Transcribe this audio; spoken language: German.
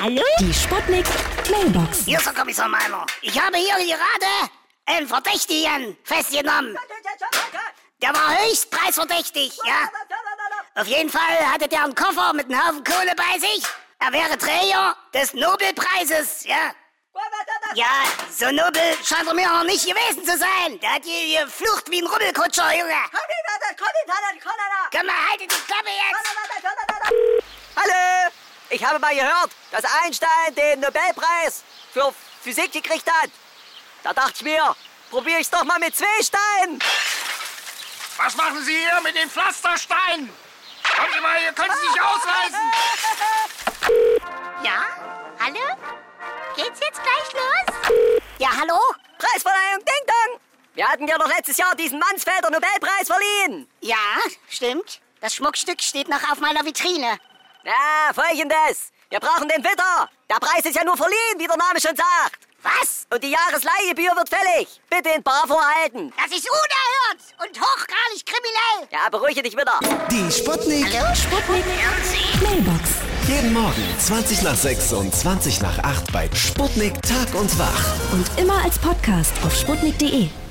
Hallo? Die Sputnik Mailbox. Hier ist der Kommissar Meiner. Ich habe hier gerade einen Verdächtigen festgenommen. Der war höchst preisverdächtig, ja? Auf jeden Fall hatte der einen Koffer mit einem Haufen Kohle bei sich. Er wäre Träger des Nobelpreises, ja? Ja, so nobel scheint er mir noch nicht gewesen zu sein. Der hat hier geflucht wie ein Rubbelkutscher, Junge. Komm mal, halte die Klappe jetzt. Hallo? Ich habe mal gehört, dass Einstein den Nobelpreis für Physik gekriegt hat. Da dachte ich mir, probiere ich's doch mal mit zwei Steinen. Was machen Sie hier mit den Pflastersteinen? Kommen Sie mal, ihr könnt es nicht ausreißen. Ja? Hallo? Geht's jetzt gleich los? Ja, hallo? Preisverleihung Ding Dong. Wir hatten ja noch letztes Jahr diesen Mansfelder Nobelpreis verliehen. Ja, stimmt. Das Schmuckstück steht noch auf meiner Vitrine. Ja, folgendes. Wir brauchen den Witter. Der Preis ist ja nur verliehen, wie der Name schon sagt. Was? Und die Jahresleihgebühr wird fällig. Bitte in Bar vorhalten. Das ist unerhört und hochgradig kriminell. Ja, beruhige dich wieder. Die Sputnik. Hallo? Sputnik Mailbox. Jeden Morgen 20 nach 6 und 20 nach 8 bei Sputnik Tag und Wach. Und immer als Podcast auf sputnik.de.